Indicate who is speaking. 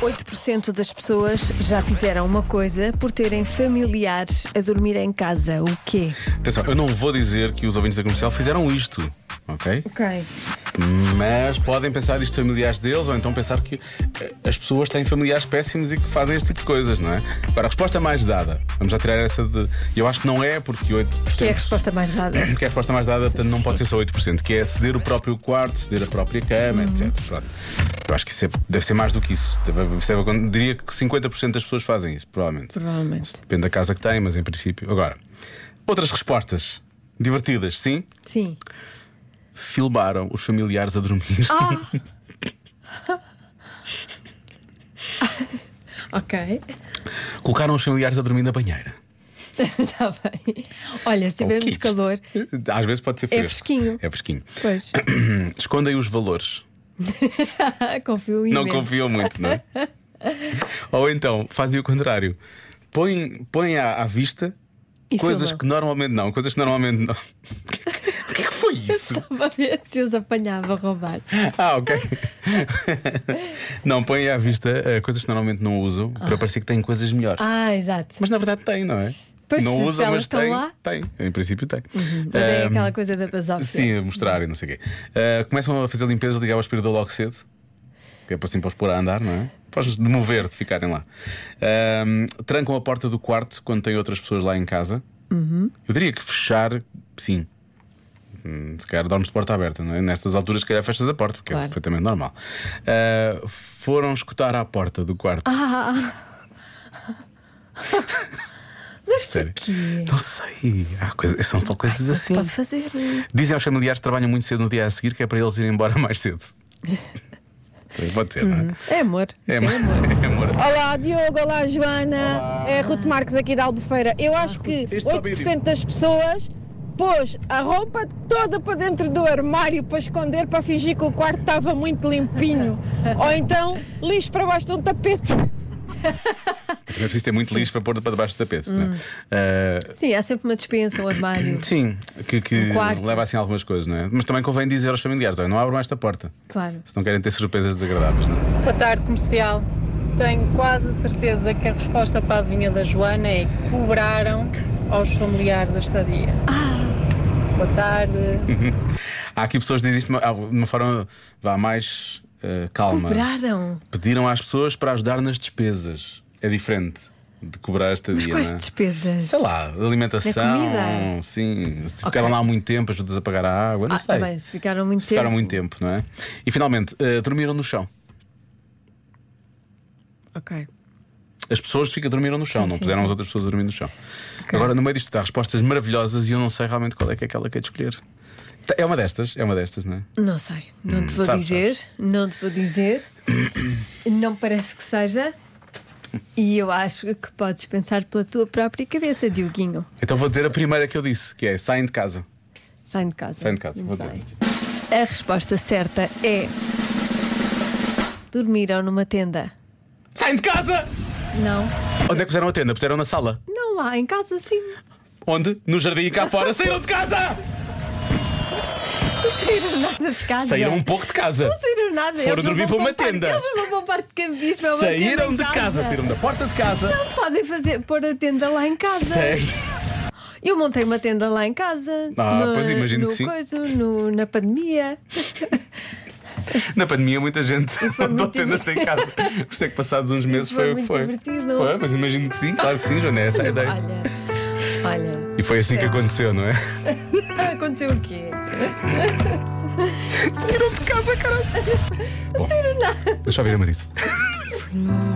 Speaker 1: 8% das pessoas já fizeram uma coisa por terem familiares a dormir em casa. O quê?
Speaker 2: Atenção, eu não vou dizer que os ouvintes da comercial fizeram isto, ok?
Speaker 1: Ok.
Speaker 2: Mas podem pensar isto familiares deles ou então pensar que eh, as pessoas têm familiares péssimos e que fazem este tipo de coisas, não é? Agora, a resposta mais dada, vamos já tirar essa de. Eu acho que não é, porque 8%.
Speaker 1: Que é a resposta mais dada.
Speaker 2: Porque é a resposta mais dada, portanto, não pode ser só 8%, que é ceder o próprio quarto, ceder a própria cama, etc. Pronto. Eu acho que isso é- deve ser mais do que isso. Deve- deve- diria que 50% das pessoas fazem isso, provavelmente.
Speaker 1: Provavelmente.
Speaker 2: Depende da casa que tem, mas em princípio. Agora, outras respostas divertidas, sim?
Speaker 1: Sim.
Speaker 2: Filmaram os familiares a dormir.
Speaker 1: Ah! Ok.
Speaker 2: Colocaram os familiares a dormir na banheira.
Speaker 1: Está Tá bem. Olha, se tiver
Speaker 2: O que
Speaker 1: muito
Speaker 2: é isto?
Speaker 1: calor,
Speaker 2: Às vezes pode ser fresco.
Speaker 1: fresquinho.
Speaker 2: É fresquinho.
Speaker 1: pois.
Speaker 2: Escondem os valores.
Speaker 1: Confio
Speaker 2: Não
Speaker 1: imenso.
Speaker 2: confiam muito, não é? Ou então fazem o contrário. Põem, põem à, à vista
Speaker 1: E
Speaker 2: coisas
Speaker 1: filmam.
Speaker 2: que normalmente não, coisas que normalmente não. O que é que foi isso?
Speaker 1: Para ver se os apanhava a roubar.
Speaker 2: Ah, ok. não, põem à vista eh, coisas que normalmente não usam para parecer que têm coisas melhores.
Speaker 1: Ah, exato.
Speaker 2: Mas na verdade têm, não é?
Speaker 1: Pois,
Speaker 2: não
Speaker 1: se
Speaker 2: usam,
Speaker 1: elas
Speaker 2: mas
Speaker 1: estão
Speaker 2: têm.
Speaker 1: lá.
Speaker 2: Tem, em princípio Eh, tem.
Speaker 1: Mas é aquela coisa da basófia.
Speaker 2: Sim, a mostrar e não sei o quê. Ah, começam a fazer limpeza, ligar o aspirador logo cedo. Que é para assim para os pôr a andar, não é? Podes mover, de ficarem lá. Ahm, trancam a porta do quarto quando têm outras pessoas lá em casa.
Speaker 1: Uhum.
Speaker 2: Eu diria que fechar, sim. Hum, Se calhar dormes de porta aberta, não é? Nestas alturas, se calhar fechas a porta, porque é
Speaker 1: Claro.
Speaker 2: perfeitamente normal. Ah, foram escutar à porta do quarto.
Speaker 1: Ah,
Speaker 2: sério.
Speaker 1: que
Speaker 2: Não sei. Há coisa- são só coisas assim.
Speaker 1: pode fazer.
Speaker 2: Dizem aos familiares que trabalham muito cedo no dia a seguir que é para eles irem embora mais cedo. Também Pode ser, não é?
Speaker 1: É amor. Isso é amor.
Speaker 2: é amor.
Speaker 3: Olá Diogo, olá Joana, é Ruth Marques aqui da Albufeira. Eu acho que
Speaker 2: Ah, Este só vídeo.
Speaker 3: 8% das pessoas pôs a roupa toda para dentro do armário para esconder, para fingir que o quarto estava muito limpinho. Ou então lixo para baixo de um tapete.
Speaker 2: Também é preciso ter muito lixo para pôr para debaixo do tapete,
Speaker 1: Hum.
Speaker 2: não é? Ah,
Speaker 1: Sim, há sempre uma dispensa, um armário.
Speaker 2: sim, que, que
Speaker 1: Um quarto.
Speaker 2: leva assim algumas coisas, não é? Mas também convém dizer aos familiares: olha, não abram esta porta,
Speaker 1: Claro.
Speaker 2: se não querem ter surpresas desagradáveis, não é?
Speaker 4: Boa tarde, comercial. Tenho quase a certeza que a resposta para a adivinha da Joana é cobraram aos familiares a estadia. Boa tarde.
Speaker 2: Há aqui pessoas que dizem isto de uma, de uma forma vá, mais ah, calma.
Speaker 1: Cobraram.
Speaker 2: Pediram às pessoas para ajudar nas despesas. É diferente de cobrar esta
Speaker 1: Mas
Speaker 2: dia.
Speaker 1: quais
Speaker 2: não é?
Speaker 1: despesas?
Speaker 2: Sei lá, alimentação,
Speaker 1: comida? é.
Speaker 2: sim. Se ficaram lá muito tempo, ajudas a pagar a água, não
Speaker 1: Ah, tá
Speaker 2: sei.
Speaker 1: bem, se ficaram muito
Speaker 2: Se ficaram
Speaker 1: tempo.
Speaker 2: muito tempo, não é? E finalmente, eh, dormiram no chão.
Speaker 1: Ok.
Speaker 2: As pessoas ficam dormiram no chão,
Speaker 1: Sim,
Speaker 2: não
Speaker 1: sim,
Speaker 2: puseram
Speaker 1: sim.
Speaker 2: as outras pessoas a dormir no chão. Agora, no meio disto, há respostas maravilhosas e eu não sei realmente qual é que é aquela que é de escolher. Tá, É uma destas, é uma destas, não é?
Speaker 1: Não sei, não te vou
Speaker 2: sabes,
Speaker 1: dizer, não te vou dizer, não parece que seja. E eu acho que podes pensar pela tua própria cabeça, Dioguinho.
Speaker 2: Então vou dizer a primeira que eu disse, que é saem de casa.
Speaker 1: Sai de casa.
Speaker 2: Saem de casa,
Speaker 1: Muito
Speaker 2: vou
Speaker 1: bem.
Speaker 2: dizer.
Speaker 1: A resposta certa é. Dormiram numa tenda.
Speaker 2: Saem de casa!
Speaker 1: Não.
Speaker 2: Onde é que puseram a tenda? Puseram na sala.
Speaker 1: Não lá, em casa sim.
Speaker 2: Onde? No jardim e cá fora. Saíram de casa!
Speaker 1: Não saíram nada de casa.
Speaker 2: Saíram um pouco de casa.
Speaker 1: Ah, Não saíram nada.
Speaker 2: Foram
Speaker 1: Eles não
Speaker 2: dormir
Speaker 1: vão
Speaker 2: para uma
Speaker 1: poupar-
Speaker 2: tenda.
Speaker 1: Eles não vão poupar de cambismo. é uma tenda
Speaker 2: Saíram
Speaker 1: em
Speaker 2: de casa, saíram da porta de casa.
Speaker 1: Podem fazer, pôr a tenda lá em casa.
Speaker 2: Sei.
Speaker 1: Eu montei uma tenda lá em casa.
Speaker 2: Ah,
Speaker 1: no,
Speaker 2: pois, imagino
Speaker 1: no
Speaker 2: que sim.
Speaker 1: coiso, no- na pandemia.
Speaker 2: Na pandemia, muita gente
Speaker 1: foi
Speaker 2: mandou
Speaker 1: muito
Speaker 2: tendas sem casa. Por isso é que passados uns meses
Speaker 1: Foi
Speaker 2: foi o que
Speaker 1: muito
Speaker 2: foi.
Speaker 1: divertido.
Speaker 2: Foi, mas imagino que sim, claro que sim, Joana, é essa a ideia.
Speaker 1: Olha, olha. Ah,
Speaker 2: E foi assim que aconteceu, não é?
Speaker 1: Aconteceu o quê?
Speaker 2: Saíram de casa, caralho. Bom,
Speaker 1: Não, nada.
Speaker 2: deixa eu ouvir a Marisa.